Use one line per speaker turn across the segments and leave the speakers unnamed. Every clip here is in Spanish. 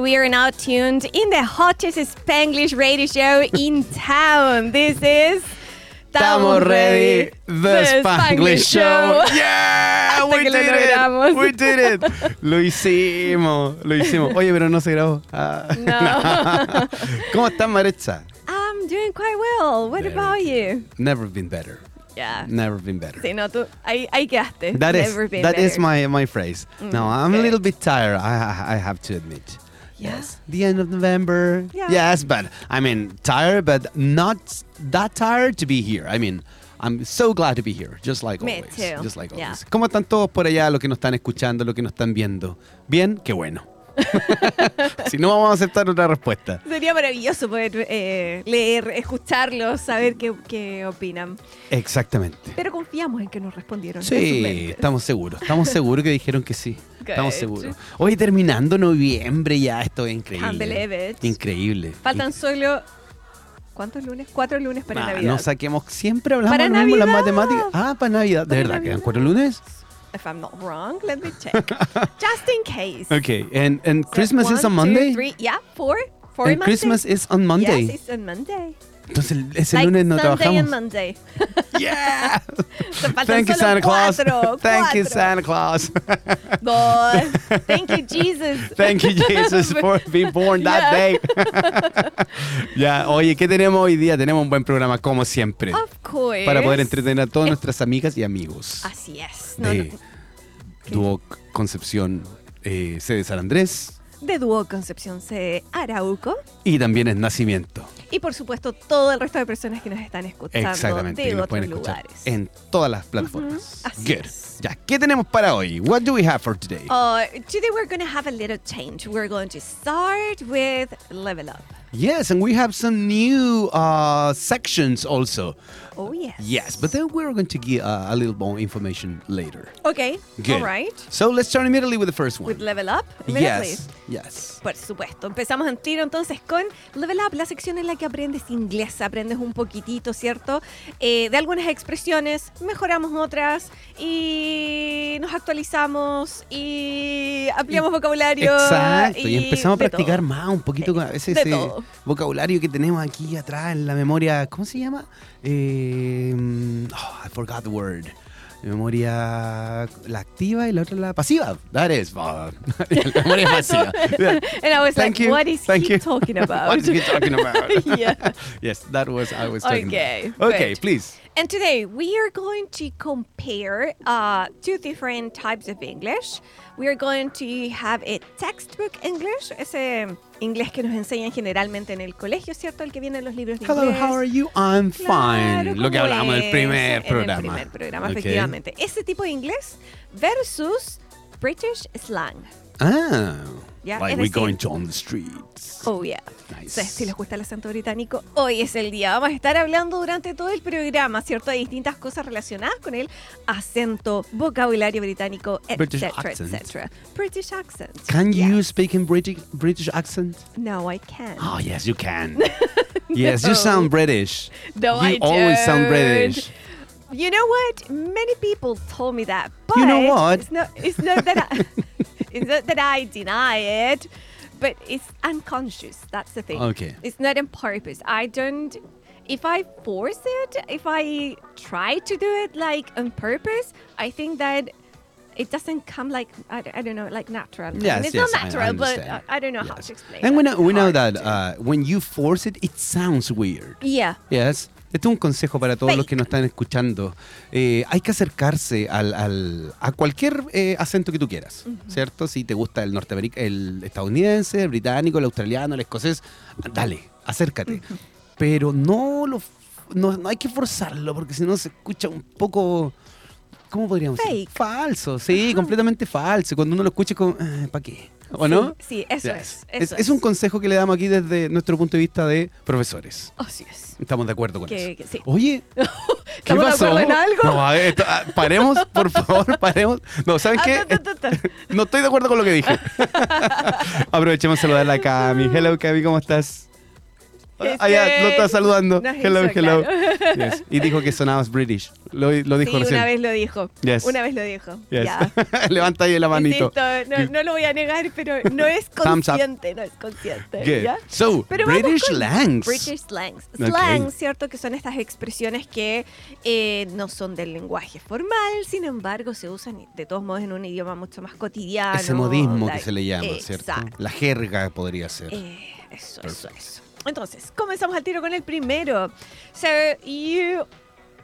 we are now tuned in the hottest Spanglish radio show in town. This is.
Estamos ready. The Spanglish Show. Yeah,
Hasta
we
que lo
did
logramos.
it. We did it. Lo hicimos, lo hicimos. Oye, pero no se grabó. Ah.
No.
¿Cómo estás, Maritza?
I'm doing quite well. What
Very
about you?
Never been better.
Yeah.
Never been better.
Ah. Sí, no, tú, ahí, ahí quedaste.
That is
Never been
that is
better. Mm,
my my phrase. no, I'm a
okay.
little bit tired. I I- I have to admit.
Yeah.
The end of November.
Yeah.
Yes, but I mean tired, but not that tired to be here. I mean. I'm so glad to be here, just like
Me
always.
too.
Just like
Yeah.
always. ¿Cómo están todos por allá, los que nos están escuchando, los que nos están viendo? ¿Bien? Qué bueno. si no, vamos a aceptar otra respuesta.
Sería maravilloso poder eh, leer, escucharlos, saber qué, qué opinan.
Exactamente.
Pero confiamos en que nos respondieron. en sus
Sí,
mentes.
estamos seguros, estamos seguros que dijeron que sí. Estamos
Good.
seguros. Hoy terminando noviembre ya, esto es increíble.
Can't believe it.
Increíble.
Faltan solo. ¿Cuántos lunes? Cuatro lunes para
Ah,
Navidad.
No saquemos, siempre hablamos
Para
lo mismo, las
Navidad.
matemáticas. Ah, para Navidad. ¿De
Para
verdad
Navidad.
quedan cuatro lunes?
If I'm not wrong, let me check. Just in case.
Okay, and, and
So
Christmas is on
one, two,
Monday.
three- yeah, four. Four
and
Monday.
Christmas is on Monday.
Yes, it's on Monday.
Entonces el- ese
Like
lunes no
Sunday and
trabajamos.
Monday.
Yeah.
Se faltan
Thank you
solo
Santa Claus.
cuatro,
Thank you
cuatro.
Santa Claus.
Dos. Thank you, Jesus.
Thank you Jesus for being born that day. ya, oye, ¿qué tenemos hoy día? Tenemos un buen programa como siempre
Of course.
para poder entretener a todas nuestras amigas y amigos.
pues. Así es. No,
de
no.
Duoc Concepción eh, sede San Andrés
De Dúo Concepción C. Arauco.
y también es Nacimiento.
Y por supuesto, todo el resto de personas que nos están escuchando
Exactamente,
de
que nos
otros
pueden escuchar
lugares.
en todas las plataformas.
Ujú, así
Good.
es.
Ya, ¿qué tenemos para hoy? What do we have for today?
Uh, today we're going to have a little change. We're going to start with level up.
Yes, and we have some new uh, sections also.
Oh yes.
Yes, but then we're going to give uh, a little more information later.
Okay.
Good.
All right.
So let's start immediately with the first one.
With level up. Level up, please.
yes. Yes.
Por supuesto. Empezamos en tiro entonces con Level Up, la sección en la que aprendes inglés, aprendes un poquitito, ¿cierto? Eh, de algunas expresiones, mejoramos otras y nos actualizamos y ampliamos vocabulario.
Exacto, y, empezamos a
de
practicar
todo.
más un poquito con a veces
de
ese
todo.
vocabulario que tenemos aquí atrás en la memoria. ¿Cómo se llama? Eh, oh, I forgot the word. Memoria la activa y la otra la pasiva. That is. uh, la memoria pasiva. Yeah.
And I was
Thank
like,
you.
what is
Thank
he
you.
talking about?
What is he talking about?
Yeah.
yes, that was I was talking
Okay,
about. Okay,
good.
please.
And today we are going to compare uh, two different types of English. We are going to have a textbook English, ese inglés que nos enseñan generalmente en el colegio, ¿cierto? El que viene en los libros de
Hello,
inglés.
how are you? I'm
Claro,
fine. Lo que
¿cómo
hablamos en
es?
el primer programa.
En el primer programa,
Ok.
efectivamente. Ese tipo de inglés versus British slang.
Ah.
Ya,
like
es
we're
decir-
going to on the streets.
Oh, yeah.
Nice.
O sea, si les gusta el acento británico, hoy es el día. Vamos a estar hablando durante todo el programa, ¿cierto? De distintas cosas relacionadas con el acento, vocabulario británico,
British
etcétera,
accent.
etcétera. British accent.
Can
Yeah.
you speak in British British accent?
No, I can.
Oh yes, you can. yes, you sound British.
No,
you
I
always sound
don't.
British.
You know what? Many people told me that, but
You know what?
It's not, it's not that I, it's not that I deny it, but it's unconscious. That's the thing.
Okay.
It's not on purpose. I don't. If I force it, if I try to do it like on purpose, I think that it doesn't come like I, don't- I don't know, like natural. I mean,
Yes,
it's
yes,
not
I- I
natural, but I,
understand.
I don't know how
Yes.
to explain.
And we
that.
know we know
Hard
that
to-
uh, when you force it, it sounds weird.
yeah.
Yes. Este es un consejo para todos los
Fake.
que nos están escuchando. Eh, hay que acercarse al, al- a cualquier eh, acento que tú quieras, ¿cierto? Si te gusta el norteamericano, el estadounidense, el británico, el australiano, el escocés, dale, acércate. Pero no lo f- no, no hay que forzarlo porque si no se escucha un poco ¿cómo podríamos decir?
Fake.
Falso, sí, completamente falso. Cuando uno lo escucha con ¿para qué? ¿O
Sí,
Oh, no?
Sí, eso
Yes.
es. Eso
es un consejo que le damos aquí desde nuestro punto de vista de profesores.
Así Oh, es.
Estamos de acuerdo con
Que-
eso.
que sí.
Oye, ¿qué
¿Estamos de
pasó?
acuerdo en algo?
No, a ver, esto- ah, paremos, por favor, paremos. No, ¿saben
Ah,
qué?
ta, ta, ta, ta.
No estoy de acuerdo con lo que dije. Aprovechemos de saludar a Cami. Hello, Cami, ¿cómo estás? Ah, ya, lo está saludando.
Nos
hello,
hizo,
hello.
claro.
Yes. Y dijo que sonabas British. Lo, lo dijo
sí,
recién.
una vez lo dijo.
Yes.
Una vez lo dijo.
Yes.
Ya.
Levanta ahí la manito.
Insisto, no, no lo voy a negar, pero no es
Thumbs up.
consciente, no es consciente.
Good.
¿ya?
So,
Pero vamos
British
con
slangs.
British slangs.
Ok.
Slang, ¿cierto? Que son estas expresiones que eh, no son del lenguaje formal, sin embargo, se usan de todos modos en un idioma mucho más cotidiano.
Ese modismo
like-
que se le llama, ¿cierto?
Exacto.
La jerga podría ser.
Eh, eso, eso,
Perfecto.
eso. Entonces, comenzamos al tiro con el primero. So, you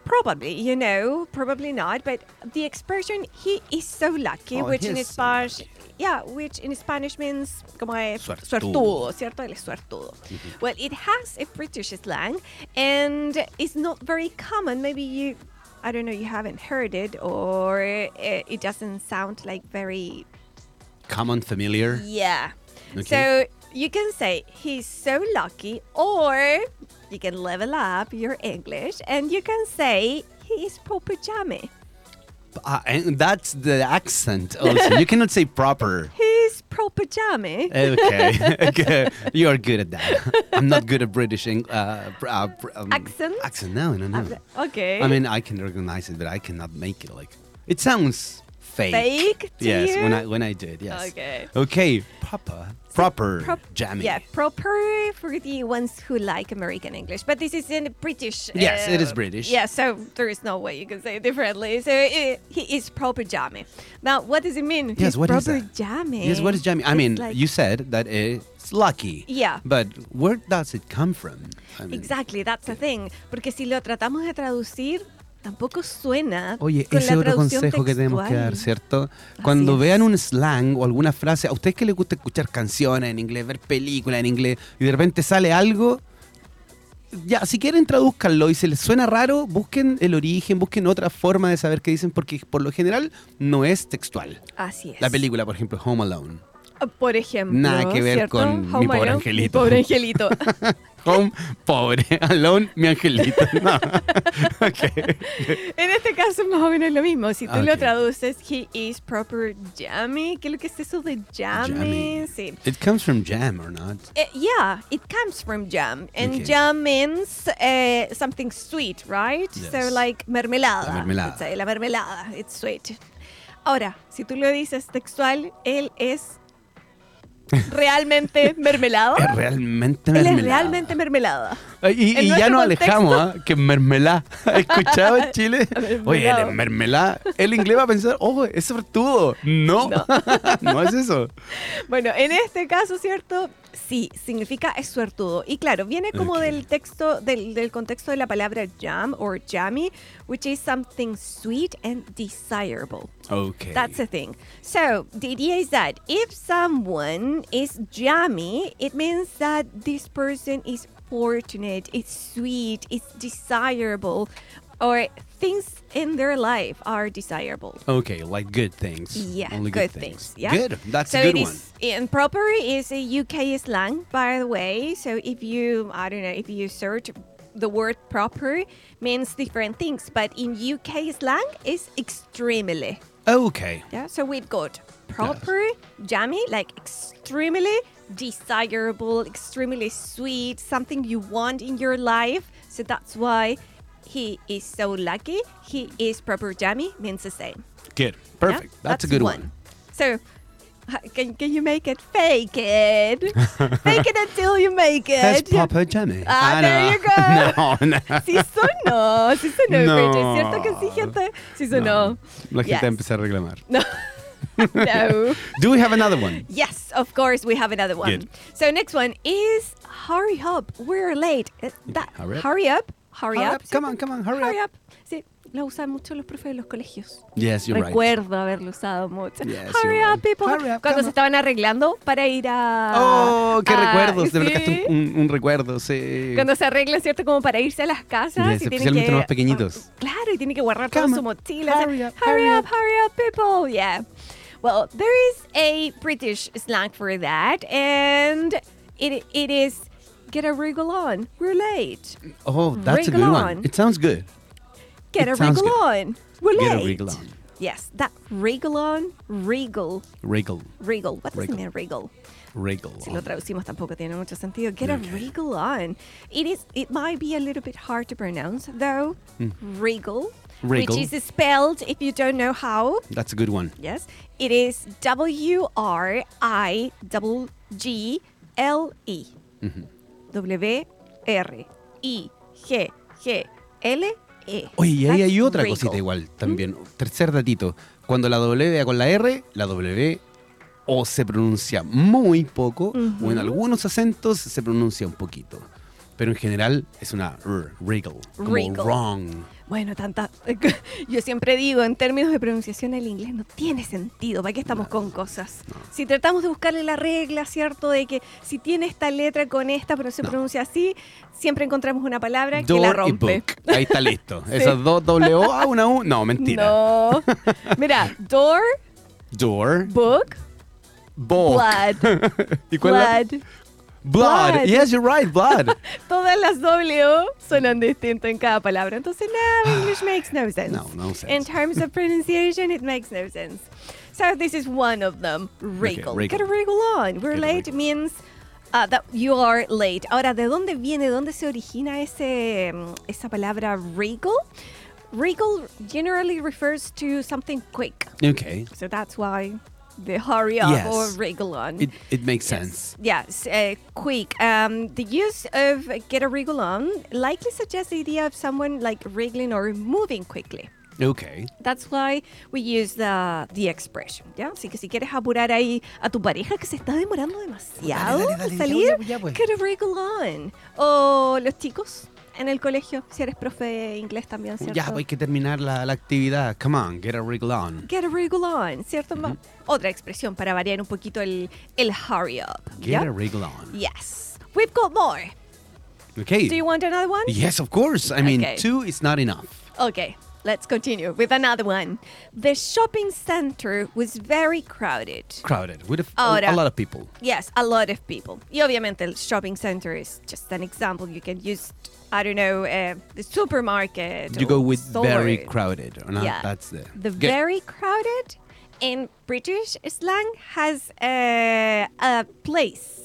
probably, you know, probably not, but the expression he is so lucky,
Oh,
which
he
in
is so
Spanish, yeah, which in Spanish means como es
Suertudo.
suertudo, ¿cierto? Él es suertudo. Well, it has a British slang and it's not very common. Maybe you, I don't know, you haven't heard it or uh, it doesn't sound like very
Common familiar.
yeah.
Okay.
So you can say he's so lucky, or you can level up your English and you can say he is proper jammy.
Ah, and that's the accent also. you cannot say proper.
He is proper jammy.
Okay. okay. You are good at that. I'm not good at British Eng- uh, pr- uh, pr- um,
Accent?
Accent. No, no, no.
okay.
I mean, I can recognize it, but I cannot make it. Like, it sounds fake.
Fake to
yes.
you?
When I when I do it, yes.
Okay.
Okay. Proper. Proper.
Prop-
jammy.
Yeah, proper for the ones who like American English. But this is in British. uh,
Yes, it is British.
Yeah, so there is no way you can say it differently. So uh, he is proper jammy. Now, what does it mean?
Yes,
He's
what is
proper
that?
jammy.
Yes. What is jammy? I
It's
mean,
like-
you said that it's lucky.
Yeah.
But where does it come from? I mean,
Exactly, that's the thing. Porque si lo tratamos de traducir, tampoco suena.
Oye,
con
ese
la
es otro
traducción
consejo que tenemos que
textual.
dar, ¿cierto? Cuando
es.
vean un slang o alguna frase, a ustedes que les gusta escuchar canciones en inglés, ver películas en inglés, y de repente sale algo, ya, si quieren traduzcanlo y se les suena raro, busquen el origen, busquen otra forma de saber qué dicen, porque por lo general no es textual.
Así es.
La película, por ejemplo, Home Alone.
Ah, Por ejemplo.
Nada que ver
¿cierto?
con Mi
Home
Pobre
Alone,
Angelito.
Mi pobre angelito.
Home, pobre, alone, mi angelito. No. Ok.
en este caso, más o menos lo mismo. Si tú
Ok.
lo traduces, he is proper jammy. ¿Qué es lo que es eso de jammy?
Jammy.
Sí.
It comes from jam or not?
Eh, yeah, it comes from jam, and
Okay.
jam means eh, something sweet, right? So
Yes.
like mermelada.
La mermelada.
It's, eh, la mermelada, it's sweet. Ahora, si tú lo dices textual, él es realmente mermelado.
Es realmente
Él es
mermelada.
realmente mermelada.
Ay, Y,
En
y
nuestro
ya nos
contexto.
alejamos, ¿ah? que mermelá. ¿Escuchaba en Chile?
Mermelado.
Oye, el mermelá. El inglés va a pensar, oh, es sortudo. No, no, es eso.
Bueno, en este caso, ¿cierto? Sí, significa es suertudo. Y claro, viene como
Ok.
del texto, del, del contexto de la palabra jam or jammy, which is something sweet and desirable.
Ok.
That's the thing. So the idea is that if someone is jammy, it means that this person is fortunate, it's sweet, it's desirable, or things in their life are desirable.
Ok, like good things.
Yeah,
Only
good things, yeah.
Good, that's
so
a good
it
one.
is, and proper is a UK slang, by the way. So if you, I don't know, if you search the word proper means different things, but in UK slang is extremely.
Ok.
Yeah, so we've got proper, jammy, like extremely desirable, extremely sweet, something you want in your life. So that's why he is so lucky. He is proper jammy, means the same.
Good.
yeah?
Perfect. that's, a good one.
So, h- can, can you make it fake it? fake it until you make
That's
it.
Papa Jemmy.
Ah, there
no. No, no.
Sí sonó, sí sonó,
No.
Bridget, ¿cierto que sí, gente? Sí sonó.
La gente
Yes.
empieza a reclamar.
No. no.
Do we have another one?
Yes, of course, we have another one.
Good.
So next one is hurry up, we're late. Eh, That,
Hurry up.
hurry up, hurry
Hurry
up.
up, Ah, come on, come on, hurry up.
Sí, lo usan mucho los profes de los colegios.
Yes, you're right.
Recuerdo haberlo usado mucho.
Yes,
hurry
you're
up,
right.
people.
Hurry up,
Cuando
come
se
on.
estaban arreglando para ir a.
Oh, qué
a-
recuerdos.
Ah, sí.
Te bloqueaste un, un- un recuerdo, sí.
Cuando se arreglan, ¿cierto? Como para irse a las casas.
Yes,
y tienen
especialmente
que- Ah,
los más pequeñitos.
Claro, y tiene que guardar toda
Come
su
on.
mochila. o sea,
Hurry up,
hurry,
hurry
up, hurry up, people. Yeah. Well, there is a British slang for that, and it, it is get a wriggle on. We're late.
Oh, that's a
Wriggle
good
on.
one. It sounds good.
Get
It
a
sounds
wriggle
good.
on. We're
Get a
late.
wriggle on.
Yes, that wriggle on, wriggle,
Wriggle.
wriggle. What does it
Wriggle.
mean, wriggle?
Wriggle.
Si lo traducimos tampoco tiene mucho sentido. Get a
Okay.
wriggle on. It is. It might be a little bit hard to pronounce though.
Mm.
Wriggle,
Wriggle.
which is spelled if you don't know how.
That's a good one.
Yes, it is W R I double G L E.
Mm-hmm.
W R I G G L E.
Oye, y ahí
That's ¿Mm?
hay otra
wriggle.
cosita igual también. Tercer datito. Cuando la W va con la R, la W o se pronuncia muy poco, o en algunos acentos se pronuncia un poquito. Pero en general es una R, wriggle, como
Wriggle.
wrong.
Bueno, tanta. Yo siempre digo, en términos de pronunciación, el inglés no tiene sentido. ¿Para qué estamos con cosas? Si tratamos de buscarle la regla, ¿cierto? De que si tiene esta letra con esta, pero se
No.
pronuncia así, siempre encontramos una palabra que la
Door y
rompe.
book. Ahí está listo. Esas dos W, ah, una U. No, mentira.
No. Mira, door,
Door,
book,
book.
blood.
¿Y cuál era?
Blood.
Blood.
Blood.
Yes, you're right, blood.
Todas las W sonan distinto en cada palabra. Entonces, no, English makes no sense.
Ah. No, no sense.
In terms of pronunciation, it makes no sense. So this is one of them. Wriggle.
Okay, wriggle.
Get a wriggle on. We're
Get a
late
wriggle.
means uh, that you are late. Ahora, ¿de dónde viene, dónde se origina ese, mm, esa palabra wriggle? Wriggle generally refers to something quick.
Okay.
So that's why the hurry up
Yes.
or wriggle on.
It, it makes
Yes.
sense.
Yes, uh, quick. Um, the use of get a wriggle on likely suggests the idea of someone like wriggling or moving quickly.
Okay.
That's why we use the, the expression, ¿ya? Así que si quieres apurar ahí a tu pareja que se está demorando demasiado
Dale, dale, dale,
en
ya,
salir,
ya, ya, pues.
get a wriggle on. O los chicos en el colegio, si eres profe de inglés también, ¿cierto?
Ya, pues hay que terminar la, la actividad. Come on, get a wriggle on.
Get a wriggle on, ¿cierto? Ma- Otra expresión para variar un poquito el, el hurry up,
Get
¿ya?
a wriggle on.
Yes. We've got more.
Okay.
Do you want another one?
yes, of course. I mean,
Okay.
two is not enough.
Okay, let's continue with another one. The shopping center was very crowded.
Crowded with a, f- a-
Ahora.
a lot of people.
Yes, a lot of people. Y obviamente el shopping center is just an example. You can use, I don't know, uh, the supermarket.
You
or
go with
store.
very crowded. Or not,
Yeah.
That's the.
The
Get-
very crowded in British slang has a, a place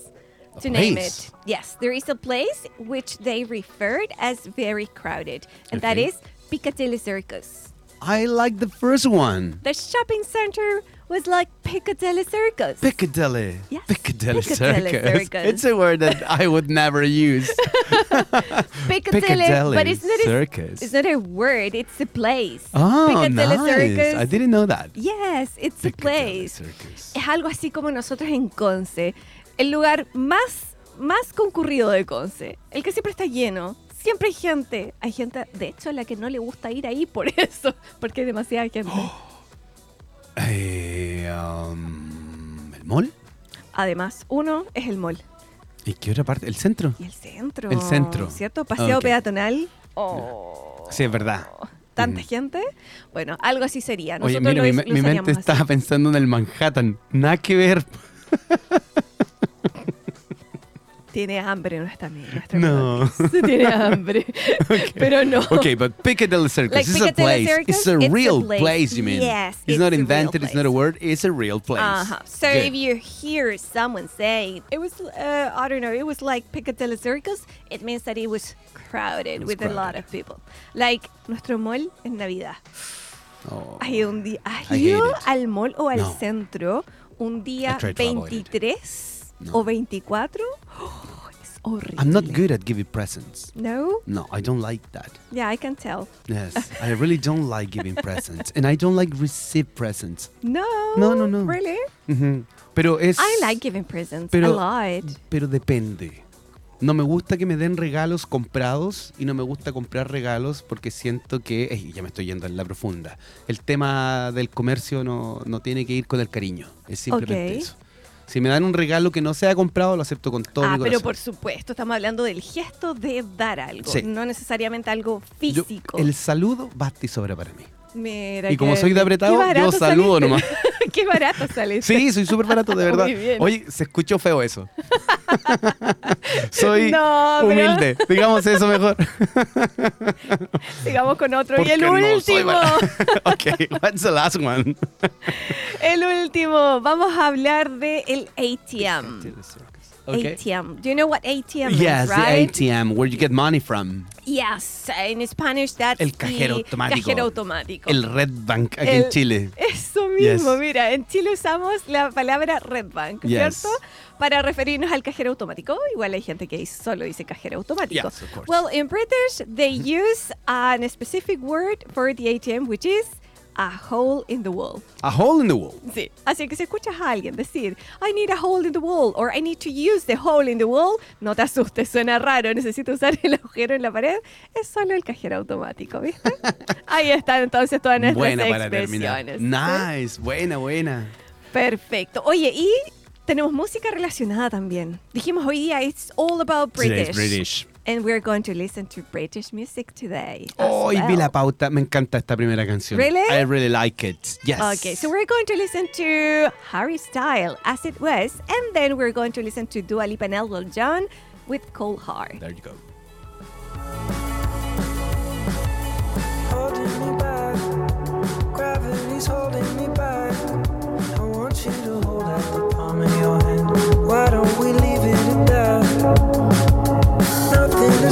A
to name
place?
it. Yes, there is a place which they referred as very crowded, and that
Okay.
is Piccadilly Circus.
I like the first one.
The shopping center was like Piccadilly Circus.
Piccadilly.
Yes,
Piccadilly,
Piccadilly
circus.
Circus.
It's a word that I would never use.
Piccadilly,
Piccadilly
but it's not
Circus.
A, it's not a word. It's a place.
Oh,
Piccadilly
nice.
Circus.
I didn't know that.
Yes, it's a
Piccadilly
place.
Circus.
Es algo así como nosotros en Conce, el lugar más más concurrido de Conce, el que siempre está lleno. Siempre hay gente, hay gente, de hecho, a la que no le gusta ir ahí por eso, porque hay demasiada gente.
Eh, um, ¿El mall?
Además, uno es el mall
¿Y qué otra parte? ¿El centro?
y el centro.
El centro. Ah,
¿Cierto? Paseo
Ok.
peatonal. Oh.
Sí, es verdad.
tanta
Mm.
gente. Bueno, algo así sería.
Oye,
Nosotros
mira,
lo
mi,
us-
me-
lo
mi
usaríamos
mente
así.
estaba pensando en el Manhattan. Nada que ver.
Tiene hambre nuestra amiga. nuestra
No.
amiga. Sí, Tiene hambre. Pero no.
Okay, but Piccadilly Circus
Like
is a
Piccadilly
place.
Circus,
it's a
it's a
real
place.
place. you mean?
Yes,
It's,
it's
not
a real
invented, it's not a
place.
word, it's a real place.
Uh-huh. So
Good.
if you hear someone saying it was, uh, I don't know, it was like Piccadilly Circus, it means that it was crowded
was
with a lot of
crowded.
people. Like nuestro mall en Navidad.
Oh.
Hay un día, ¿has
I hate
ido
it.
al mall o al
No.
centro un día
I tried to avoid it.
23
No.
o 24? Oh, es horrible.
I'm not good at giving presents.
No?
No, I don't like that.
Yeah, I can tell.
Yes, I really don't like giving presents. And I don't like receive presents.
No.
No, no, no.
Really?
Ujú. Pero es...
I like giving presents
Pero-
a lot.
Pero depende. No me gusta que me den regalos comprados y no me gusta comprar regalos porque siento que. Ey, ya me estoy yendo en la profunda. El tema del comercio no, no tiene que ir con el cariño. Es simplemente
Ok.
eso. Si me dan un regalo que no sea comprado, lo acepto con todo
ah,
mi
pero
corazón.
por supuesto, estamos hablando del gesto de dar algo,
Sí.
no necesariamente algo
Yo-
físico.
el saludo basta y sobra para mí.
Mira
y como
que-
soy de
qué
apretado, yo
barato
saludo
saliste.
nomás.
Qué barato sale.
Sí, soy súper barato, de verdad.
Muy bien.
Oye, se escuchó feo eso. soy
No, pero-
humilde, digamos eso mejor.
Sigamos con otro. y
Porque
el
no soy
último.
barato. ok, what's the last one?
El último, vamos a hablar de el ATM.
Okay.
ATM. Do you know what ATM
Yes,
is, right?
the ATM, where you get money from.
Yes, in Spanish that's
El cajero
the
automático.
cajero automático.
El Red Bank aquí
El-
en Chile.
Eso mismo,
Yes.
mira, en Chile usamos la palabra Red Bank,
Yes.
¿cierto? Para referirnos al cajero automático. Igual hay gente que dice- solo dice cajero automático.
Yes, of course.
well, in British they use an specific word for the ATM which is a hole in the wall.
A hole in the wall.
Sí. Así que si escuchas a alguien decir, I need a hole in the wall, or I need to use the hole in the wall, no te asustes, suena raro, necesito usar el agujero en la pared, es solo el cajero automático, ¿viste? Ahí están entonces todas nuestras
Buena para terminar.
expresiones.
Nice, buena, buena.
Perfecto. Oye, y tenemos música relacionada también. Dijimos hoy día, it's all about
Today
British.
is British.
And we're going to listen to British music today. as
Hoy vi la
well.
pauta, me encanta esta primera canción.
Really?
I really like it. Yes.
Okay, so we're going to listen to Harry Style as it was, and then we're going to listen to Dua Lipa and Elton John with Cold Heart.
There you go.
holding me back. Gravity's holding me back. I want you to hold out the palm of your hand. Why don't we leave it at that? Nothing to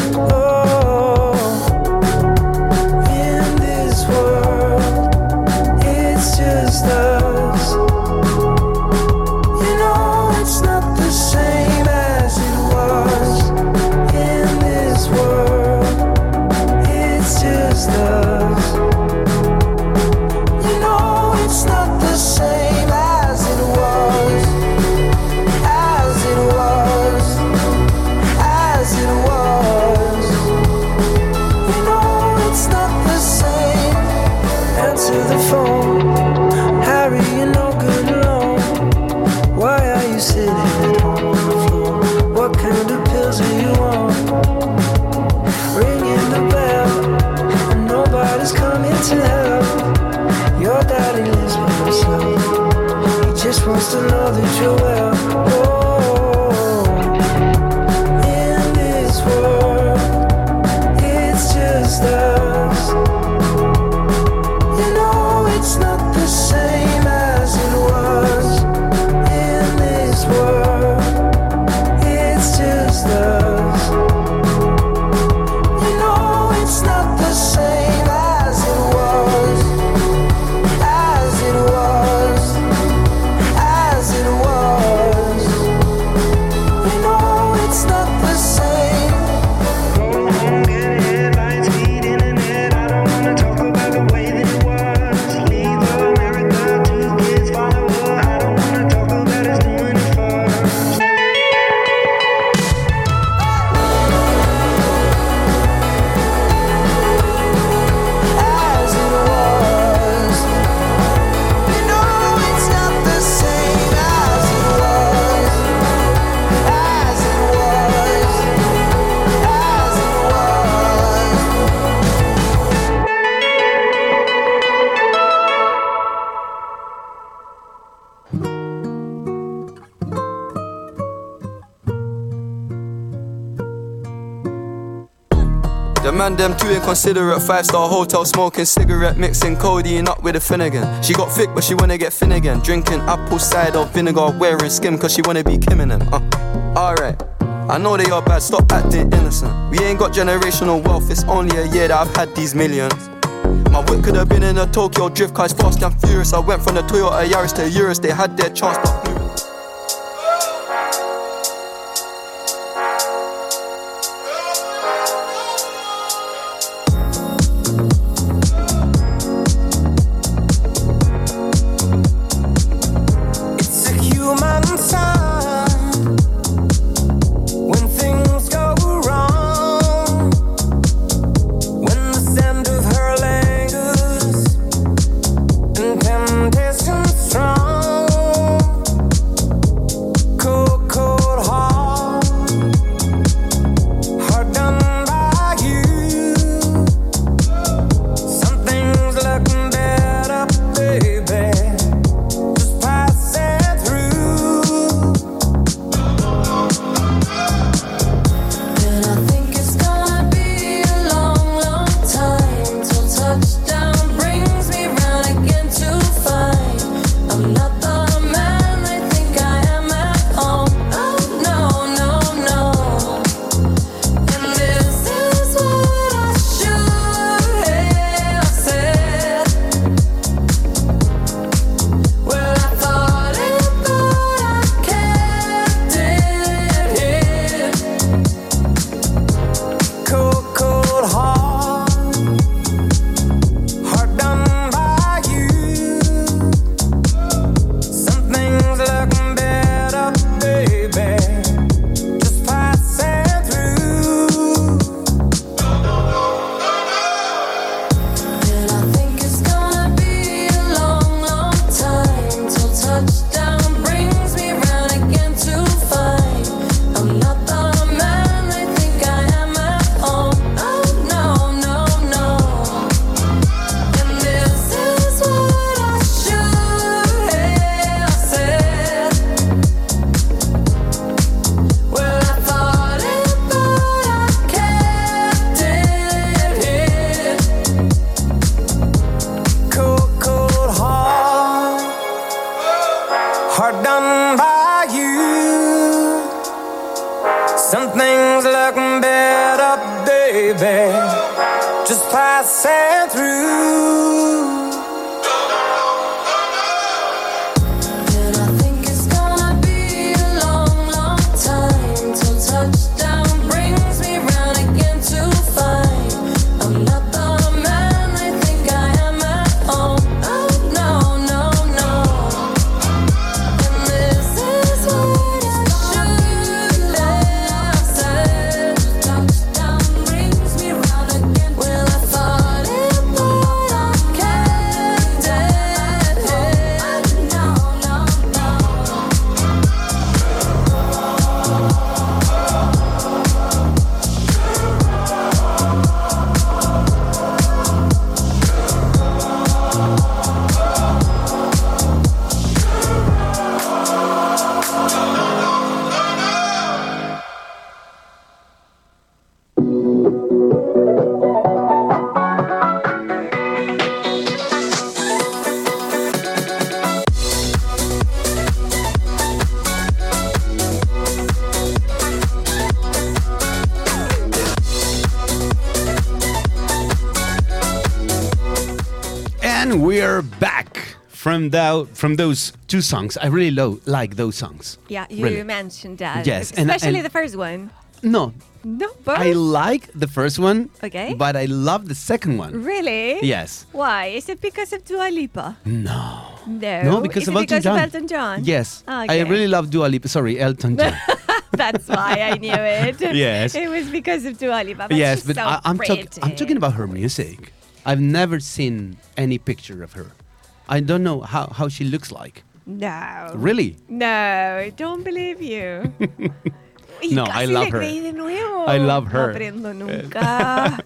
Oh, in this world, it's just us. You know it's not the same as it was in this world. It's just us. You know it's not the same as it was, as it was, as it was. You know it's not the same. Answer the phone, Harry. You're no good alone. Why are you sitting at home on the floor? What kind of pills are you on? Ringing the bell, and nobody's coming to help. Your daddy lives by himself. He just wants to know that you're well. Oh, in this world, it's just us. You know it's not the same as it was in this world. It's just us. You know it's not the same as it was, as it was, as it was. You know it's not the same. Go home, get a headline, speed internet. I don't wanna talk about the way that it was. Leave America, two kids, follow her. I don't wanna talk about us doing it first. As it was, you know it's not the same as it was, as it was, as it was.
The man them two inconsiderate, five star hotel smoking cigarette, mixing codeine up with a Finnegan. She got thick, but she wanna get thin again. Drinking apple cider vinegar, wearing skim, cause she wanna be Kim in them. Uh. Alright, I know they are bad, stop acting innocent. We ain't got generational wealth, it's only a year that I've had these millions. My whip could have been in a Tokyo drift car, it's fast and furious. I went from the Toyota Yaris to Eurus, they had their chance, but
It's a human sign when things go wrong. When the sand of her lingers and temptation strong.
Oh,
Some things look better, baby. Just passing through.
And I think it's gonna be a long, long time till touchdown brings me round again to find I'm not the man I think I am at all. Oh no, no, no. And this is what I should have said. Touchdown brings me round again. Will I fall in what I can? No, Oh, no, no.
And we're back from thou from those two songs. I really lo- like those songs.
Yeah, you
Really.
mentioned that.
Yes, and-
especially
and-
the first one.
No,
No, both.
I like the first one.
Okay.
But I love the second one.
really?
Yes.
Why? Is it because of Dua Lipa?
No.
No.
No,
Oh, Is
because of
it
Elton
because
John.
of Elton John? Ah,
Yes. I
Okay.
really love Dua Lipa. Sorry, Elton John.
That's why I knew it.
Yes.
It was because of Dua Lipa. But
yes,
she's
but
so
I, I'm, talk- I'm
pretty.
talking about her music. I've never seen any picture of her. I don't know how, how she looks like.
No.
Really?
No, I don't believe you. Y
No,
casi
I love
le
her.
creí de nuevo.
I love
No
her.
aprendo nunca.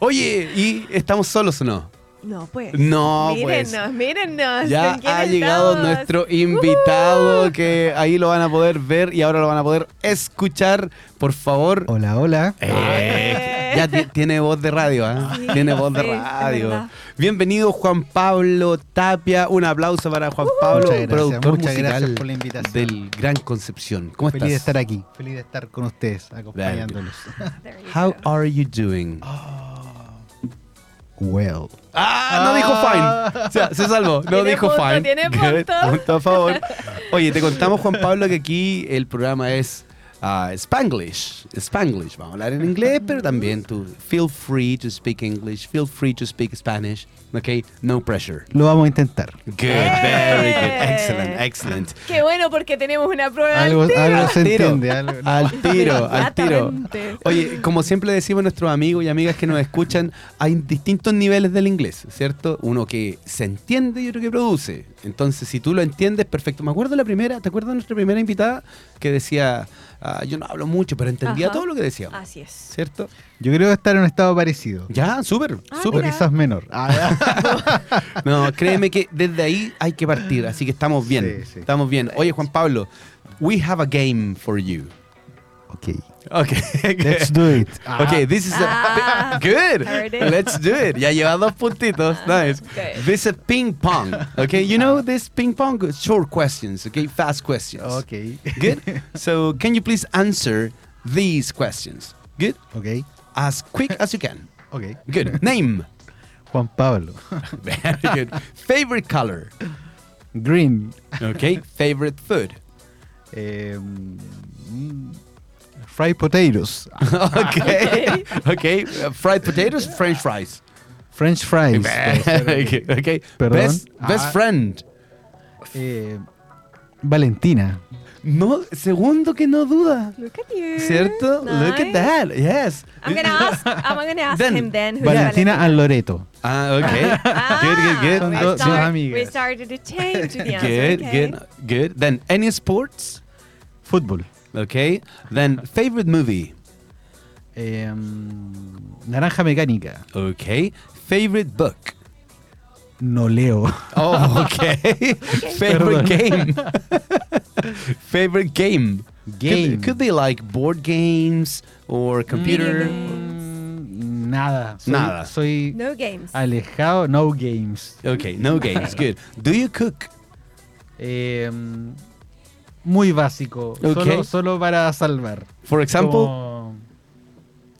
Oye, ¿y estamos solos o no?
No, pues.
No, pues.
mírennos, mírennos.
Ya
¿con quién
ha llegado
estamos? Uh-huh.
nuestro invitado que ahí lo van a poder ver y ahora lo van a poder escuchar. Por favor.
Hola, hola.
Eh, ya ti- tiene voz de radio, ¿ah? Tiene voz de
sí, es
radio.
verdad.
Bienvenido Juan Pablo Tapia. Un aplauso para Juan Pablo,
Uh-huh. Muchas gracias,
productor
muchas
musical
gracias por la invitación.
del Gran Concepción. ¿Cómo
Feliz de
estás?
estar aquí, feliz de estar con ustedes, acompañándolos.
There you
How
go.
are you doing?
Well.
Ah, no dijo fine. O sea, se salvó. No
Tiene
dijo
punto,
fine.
tiene
Good,
punto.
a favor. Oye, te contamos, Juan Pablo, que aquí el programa es ah, Spanglish. Spanglish. Vamos a hablar en inglés, pero también tú feel free to speak English, feel free to speak Spanish. Okay? No pressure.
Lo vamos a intentar.
Good, very good.
¡Eh!
Excellent, excellent.
Qué bueno porque tenemos una prueba.
Algo,
al tiro.
algo se
Al tiro.
entiende. algo-
Al tiro, al tiro.
Inmediatamente.
Oye, como siempre decimos a nuestros amigos y amigas que nos escuchan, hay distintos niveles del inglés, ¿cierto? Uno que se entiende y otro que produce. Entonces, si tú lo entiendes, perfecto. Me acuerdo la primera, ¿te acuerdas de nuestra primera invitada que decía, ah, yo no hablo mucho, pero entendía
Ajá. Ah,
todo lo que decía,
Así es.
¿cierto?
Yo creo que estar en un estado parecido.
Ya, súper,
Ah,
O
súper.
mira.
quizás menor. Ah,
No, créeme que desde ahí hay que partir, así que estamos bien,
Sí, sí.
estamos bien. Oye, Juan Pablo, we have a game for you.
ok.
Okay.
Let's do it.
Okay, this is a
Ah.
good.
Heard it.
Let's do it. Ya lleva dos puntitos. Nice.
Ah, Good. Ah.
This is ping pong. Okay, you know this ping pong short questions. Okay, fast questions.
Ok.
Good. So can you please answer these questions? Good.
Ok.
As quick as you can.
Ok.
Good. Name.
Juan Pablo.
Very good. Favorite color.
Green.
Okay. Favorite food.
Eh, mm, fried potatoes.
Okay. Okay. Uh, fried potatoes. French fries.
French fries.
Very good. Okay.
Perdón.
Best best
Ah.
friend.
Eh, Valentina.
No, segundo que no duda.
Look at you.
¿Cierto? Look at
Nice.
that. Yes.
I'm gonna ask. I'm gonna ask
Then,
him then. who's
Valentina al Loreto.
Ah, okay. good, good, good.
Son
we,
dos- dos
start,
amigas.
we started to change the answer.
good,
okay.
good, good. Then any sports?
Fútbol.
Okay. Then favorite movie?
Eh, mm, naranja mecánica.
Okay. Favorite book?
No leo.
Oh, okay. favorite
Perdón.
game? favorite game? Could-
Game.
Could, be like board games or computer.
Mm, Nada. Soy,
Nada.
Soy
No games.
alejado. No games.
Okay, no games. Good. Do you cook?
Eh, mm, muy básico.
Ok.
Solo, solo para salvar.
For example.
Como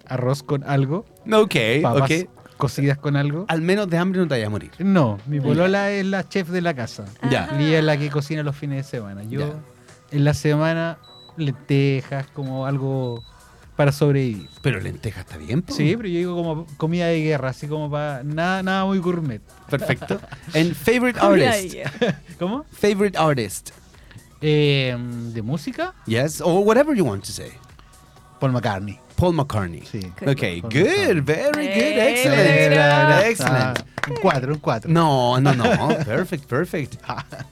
arroz con algo.
Ok,
Papas
Eh, ok.
cocidas con algo.
Al menos de hambre no te vayas a morir.
No, mi polola es la chef de la casa.
Ya.
Ajá.
Lía es la que cocina los fines de semana. Yo
Ya.
en la semana lentejas como algo para sobrevivir.
Pero lenteja está bien, po.
Sí, pero yo digo como comida de guerra, así como para nada nada muy gourmet.
Perfecto. En favorite
Mira
artist.
ahí.
¿Cómo?
Favorite artist.
Eh, de música,
Yes, or whatever you want to say.
Paul McCartney.
Paul McCartney.
Sí.
Okay,
Paul
good,
McCartney.
very good,
Hey,
excellent.
Ah,
Excellent.
un cuatro, un cuatro.
No, no, no. Perfect, perfect.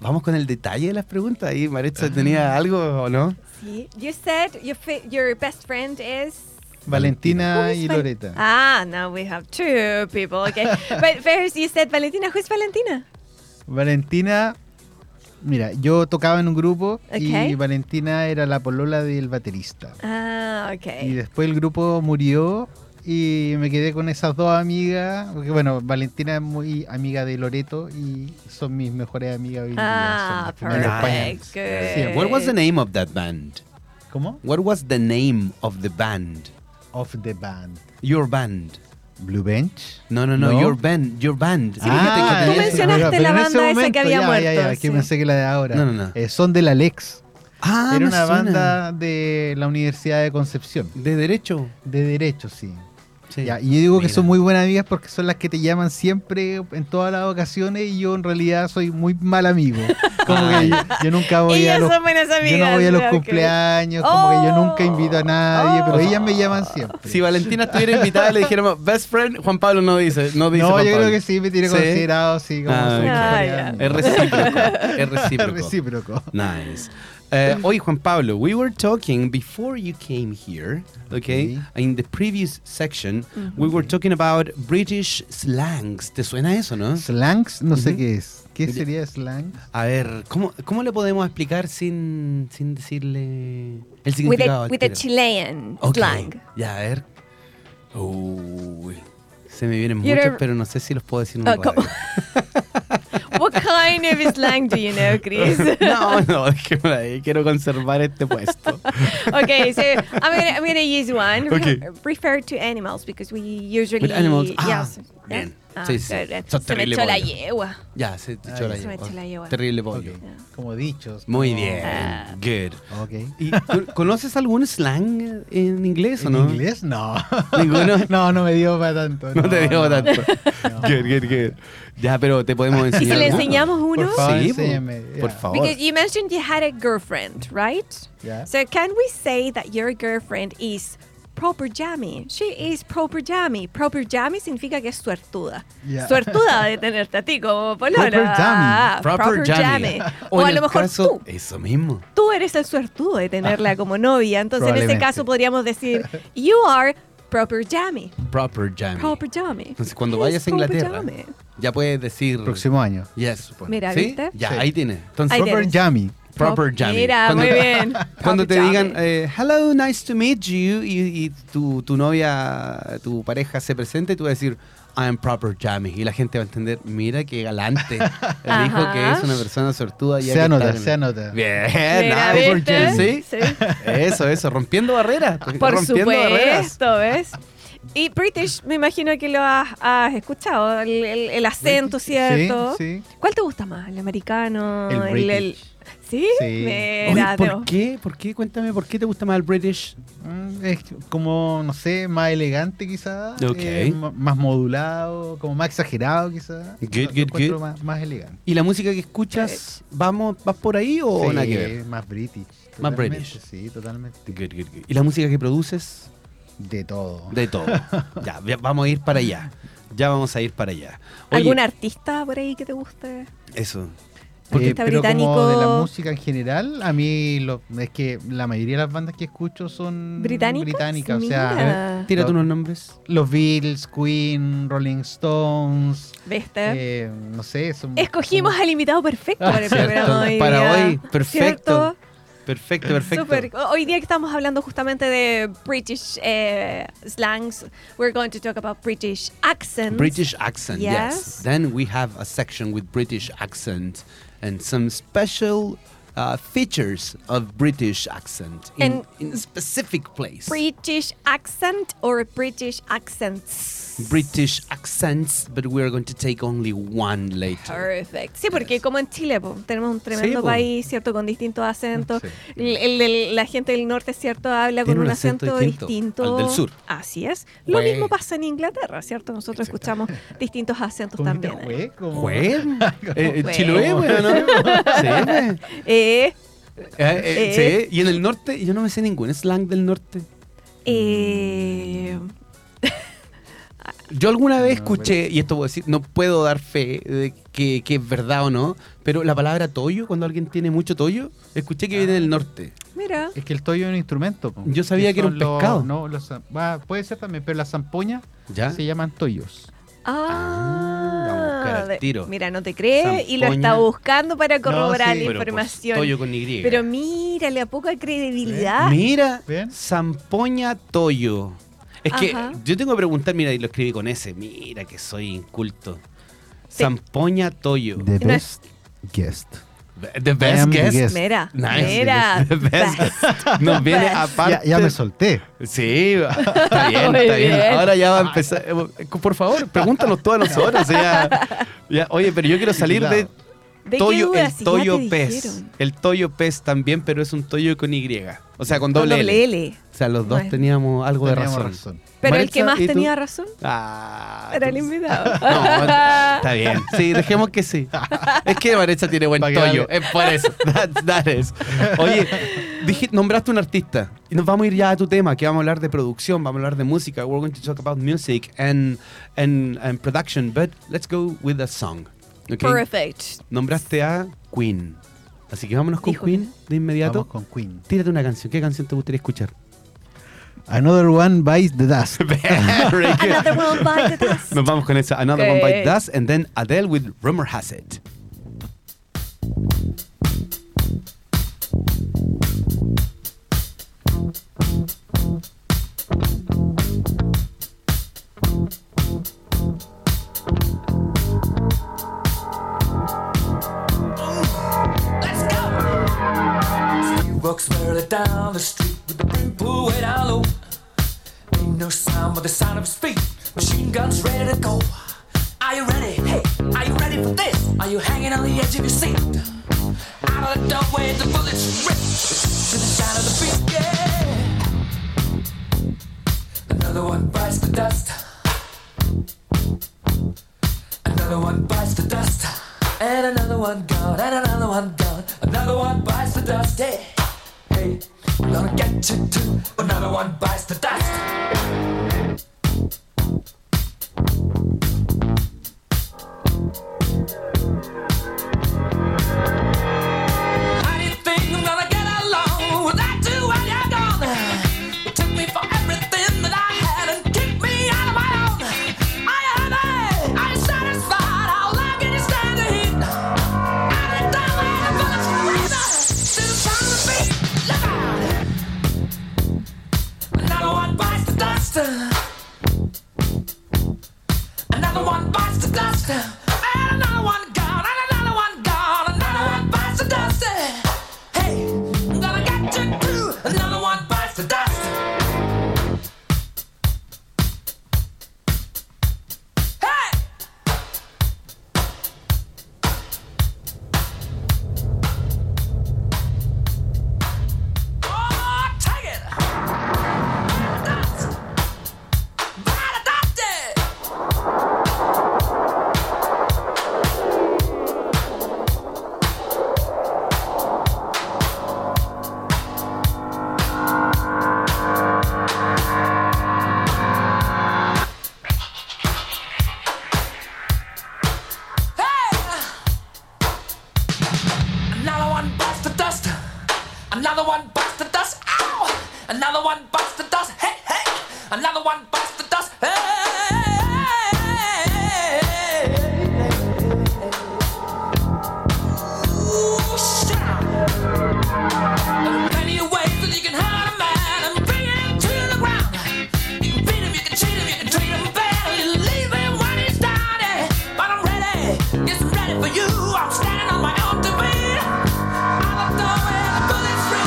Vamos con el detalle de las preguntas. Ahí Maritza tenía algo o no?
Sí. You said your, fa- your best friend is...
Valentina y
Val-
Loreta.
Ah, now we have two people. Okay. but first you said Valentina. Who's Valentina?
Valentina, mira, yo tocaba en un grupo y
Ok.
Valentina era la polola del baterista.
Ah, okay.
Y después el grupo murió y me quedé con esas dos amigas. Porque, bueno, Valentina es muy amiga de Loreto y son mis mejores amigas hoy en
Ah,
día. son las que me acompañan.
perfect. Good.
Sí,
What was the name of that band?
¿Cómo?
What was the name of the band?
Of the band.
Your band.
Blue Bench.
No, no, no,
No.
your band, your band. Sí,
Ah, tú
que te-
mencionaste la
pero en
banda
ese
esa que había
ya, Ya, ya,
muerto,
que
sí.
pensé que la de ahora.
No, no, no.
Eh, son del Alex.
Ah,
Era
me suena.
una banda de la Universidad de Concepción.
de derecho.
De Derecho, sí.
Sí.
Ya, y yo digo
Mira.
que son muy buenas amigas porque son las que te llaman siempre en todas las ocasiones y yo en realidad soy muy mal amigo. Como que yo, yo nunca
Oh,
voy a
Ellas
los,
son buenas
yo
amigas.
no voy a los
ok.
cumpleaños, como que yo nunca invito a nadie,
Oh.
pero ellas me llaman siempre.
Si Valentina estuviera invitada, le dijéramos best friend, Juan Pablo no dice. No, dice
no,
Juan
yo creo
Pablo.
que sí me tiene
Sí.
considerado así como
Ah,
su
ok.
mejor
Ah, ya.
amigo.
Es recíproco. Es recíproco.
Recíproco.
Nice. Uh, oye, Juan Pablo, we were talking before you came here, okay?
Sí.
In the previous section, we were talking about British slangs. ¿Te suena eso, no?
Slangs, no sé
Ujú.
qué es. ¿Qué sería slang?
A ver, ¿cómo, cómo le podemos explicar sin, sin decirle el
With
significado?
a,
al
with a
tiro?
Chilean
Ok,
slang.
Ya, a ver. Uy, se me vienen
You're
muchos,
a-
pero no sé si los puedo decir en
Ah,
un radio.
¿cómo? What kind of slang do you know, Chris?
No, no, dejémosla ahí. Quiero conservar este puesto.
okay, so I'm gonna, I'm gonna use one. Re-
Okay.
Refer to animals because we usually
With animals. Ah,
Yes.
bien.
Ah,
Sí, sí.
good, bien.
Son
Se me
terrible
echó la
pollo.
yegua.
Ya, se te echó
Ahí
la
se me echó la
yegua.
yegua.
Terrible pollo.
Ok. Como dichos.
Muy
como-
bien. Good.
Ok.
¿Y tú conoces algún slang en inglés o
¿En
no?
inglés? No.
Ninguno.
no, no me dio para tanto.
No te digo
no.
tanto. Good, good, good. Ya, pero te podemos enseñar.
¿Y si le
alguno.
enseñamos uno?
Por favor,
Sí,
enséñame,
por, por
ya.
favor.
Because you mentioned you had a girlfriend, right?
Yeah.
So can we say that your girlfriend is proper jammy? She is proper jammy. Proper jammy significa que es suertuda.
Yeah.
Suertuda de tenerte a ti como polola.
Proper jammy.
Ah, Proper, jammy. O
en
a lo
el
mejor
caso-
tú.
Eso mismo.
Tú eres el suertudo de tenerla como novia. Entonces en ese
Probablemente.
caso podríamos decir, you are proper jammy.
Proper jammy.
Proper jammy.
Entonces, cuando
Yes,
vayas a
proper
Inglaterra,
jammy.
ya puedes decir.
Próximo año.
Yes.
Mira,
¿Sí?
¿viste?
Ya,
Sí.
ahí tiene. Entonces,
Ahí
Proper
tienes.
Yami.
proper jammy.
Mira,
Cuando-
muy bien. Proper
Cuando te digan,
jammy.
eh, hello, nice to meet you, y, y tu, tu novia, tu pareja se presente, tú vas a decir, I'm proper jammy. Y la gente va a entender, mira qué galante. Él dijo
Ajá.
que es una persona sortuda. ya
Se
que
anota,
está-
se anota.
Bien,
Mira,
nice.
¿viste?
¿Sí?
Sí.
Eso, eso, rompiendo barreras.
Por
rompiendo barreras.
supuesto, ¿ves? Y British, me imagino que lo has, has escuchado, el, el- el acento, ¿cierto?
Sí, sí.
¿Cuál te gusta más? ¿El americano?
El British.
¿Sí?
Sí.
Oye,
Mira,
¿por
debo-
qué? ¿Por qué? Cuéntame, ¿por qué te gusta más el British?
Mm, Es como, no sé, más elegante quizás.
Ok.
más modulado, como más exagerado quizás.
Good,
Lo- lo
good,
encuentro
good.
Más, más elegante.
¿Y la música que escuchas, vamos, vas por ahí o
Sí,
Oh, nada que ver?
más british.
Más
totalmente,
british.
Sí, totalmente.
Good, good, good. ¿Y la música que produces?
De todo.
De todo. ya, ve- vamos a ir para allá. Ya vamos a ir para allá. Oye,
¿Algún artista por ahí que te guste?
Eso.
Porque
Eh,
está
pero como de la
británico-
música en general, a mí lo, es que la mayoría de las bandas que escucho son
¿Británicas?
británicas, o sea,
Mira.
Tírate
Lo-
unos nombres.
los Beatles, Queen, Rolling Stones,
¿Viste?
eh, no sé, son-
Escogimos al invitado perfecto para el programa hoy
Ah, Para
día.
hoy, perfecto.
¿Cierto?
Perfecto, perfecto.
Super. O- Hoy día que estamos hablando justamente de British eh, slangs, we're going to talk about British accents.
British accent, yes.
Yes.
Then we have a section with British accent and some special uh, uh, features of British accent in,
And-
in specific place.
British accent or British accents.
British accents, but we're going to take only one later.
Perfect. Sí, porque como en Chile po, tenemos un tremendo
po.
país, ¿cierto? Con distintos acentos.
Sí.
El- el- el- la gente del norte, ¿cierto? Habla con
Tiene
un,
un acento
acento,
distinto
distinto,
al del sur.
Así es. Lo
Güey.
mismo pasa en Inglaterra, ¿cierto? Nosotros escuchamos distintos acentos
Como que
también. eh.
te- güey, como-
Güey. Eh, eh,
Güey.
Chiloé, güey, ¿no? Sí, güey.
Eh,
Eh, eh,
Eh.
sí, y en el norte, yo no me sé ningún slang del norte. Mm.
eh,
Yo alguna vez escuché, y esto puedo decir, no puedo dar fe de que, que es verdad o no, pero la palabra toyo, cuando alguien tiene mucho toyo, escuché que viene del norte.
mira.
Es que el toyo es un instrumento. po.
Yo sabía que era
son
un
los-
pescado.
no, los zam- va, puede ser también, pero las zampoñas
¿Ya?
se llaman toyos.
Ah,
vamos a buscar al
de-
tiro.
Mira, no te crees y lo
Zampoña.
está buscando para corroborar la
sí.
Pero, pues,
información.
toyo con Eh, Y.
Pero mira, la poca credibilidad.
Mira,
¿Ven?
Zampoña Toyo. Es que
Ajá.
yo tengo que preguntar, mira, y lo escribí con S, mira que soy inculto. Zampoña Toyo.
The
No es-
best guest.
The
I am
best
the
guess.
guest.
Mira,
Nice.
mira.
The best. Nos viene
Best.
aparte.
ya me solté.
Sí, está bien,
Muy
está bien.
bien.
Ahora ya va a empezar. Eh, Por favor, pregúntanos todas las horas. ya- ya, oye, pero yo quiero salir de
¿De qué
toyo,
dudas?
el
Si ya
toyo
te
pez.
dijeron.
El toyo pez también, pero es un toyo con Y. O sea, con
Con
doble, L.
doble L.
O sea, los dos
Bueno.
teníamos algo
Teníamos
de razón.
razón.
Pero el
Maritza,
que más
¿y tú?
tenía razón
Ah,
era el
tú-
invitado.
No, está bien. Sí, dejemos que sí. Es que Maritza tiene buen
Pa' que
toyo.
hable.
Es por eso. That- that is. Oye, dije, nombraste un artista. Y nos vamos a ir ya a tu tema, que vamos a hablar de producción, vamos a hablar de música. We're going to talk about music and, and, and production, but let's go with a song. ¿ok?
Perfect.
Nombraste a Queen. Así que vámonos con
Dijo que
Queen de inmediato.
Vamos con Queen.
Tírate una canción. ¿Qué canción te gustaría escuchar?
Another one bites the dust.
Very good.
Another one bites the dust.
Nos vamos con esa Another One
Ok.
Bite Dust and then Adele with Rumor Has It.
Rocks barely down the street with the brim pulled way down low. Ain't no sound but the sound of speed. Machine guns ready to go. Are you ready? Hey, are you ready for this? Are you hanging on the edge of your seat? Out of the doorway, the bullets rip to the sound of the beat. Yeah. Another one bites the dust. Another one bites the dust. And another one gone, and another one gone. Another one bites the dust. Hey, hey, I'm gonna get you too. Another one bites the dust. How do you think I'm gonna get along without you when you're gone? You took me for everything that I had and kicked me out of my own. Are you happy? Are you satisfied? How long can you stand the heat? Every time I have a to the sound of the beat. Look out! Another one bites the dust. Another one bites the dust. And another one gone. And another one gone. Another one bites the dust. Hey, I'm gonna get you too. Another one bites the dust. Hey! Oh, take it! Dust. Bite the dust. yeah. Hey! Another one bites the dust. Another one bites the dust. Ow! Another one bites the dust. Hey, hey! Another one bites the dust. Hey! Ooh, shit! There are many ways that you can hurt a man and bring him to the ground. You can beat him, you can cheat him, you can treat him bad, or you leave him when he's down. eh. But I'm ready, yes, I'm ready for you. I'm standing on my own to beat. I'm a dog.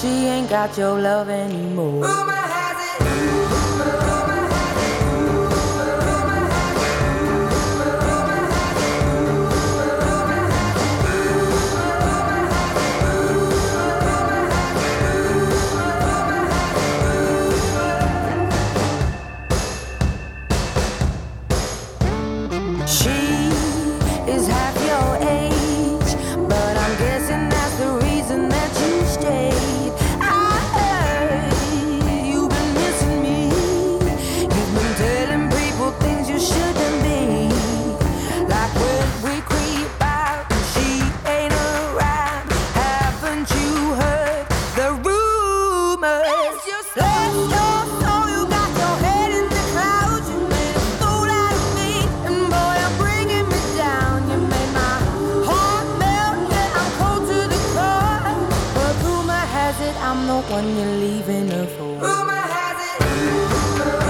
she ain't got your love anymore. She is half your age, but I'm guessing that's the reason that you stayed. I heard you've been missing me. You've been telling people things you shouldn't be. Like when we creep out and she ain't around. Haven't you heard the rumors? Let's go, so you got your head in the clouds. You made a fool out of me, and boy, you're bringing me down. You made my heart melt, yeah, I'm cold to the core. But rumor has it I'm the one you're leaving her for. Rumor has it.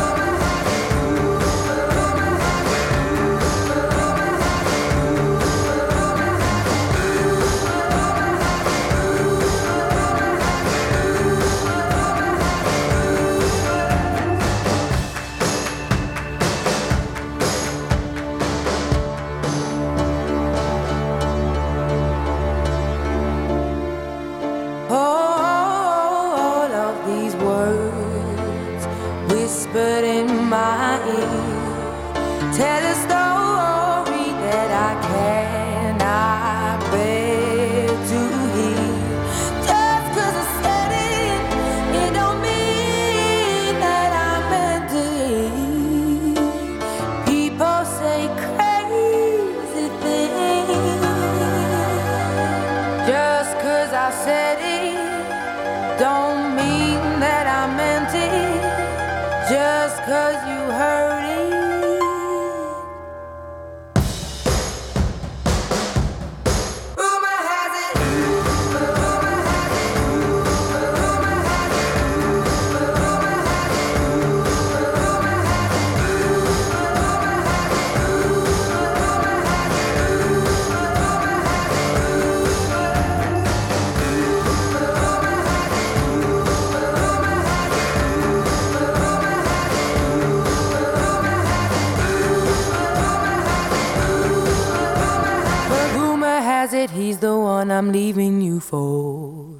All of these words whispered in my ear tell a story that I cannot bear to hear. Just 'cause I said it, it don't mean that I'm empty. People say crazy things. Just 'cause I said it don't mean that I meant it. Just 'cause you heard it. Rumor has it. But rumor has it he's the one I'm leaving you for.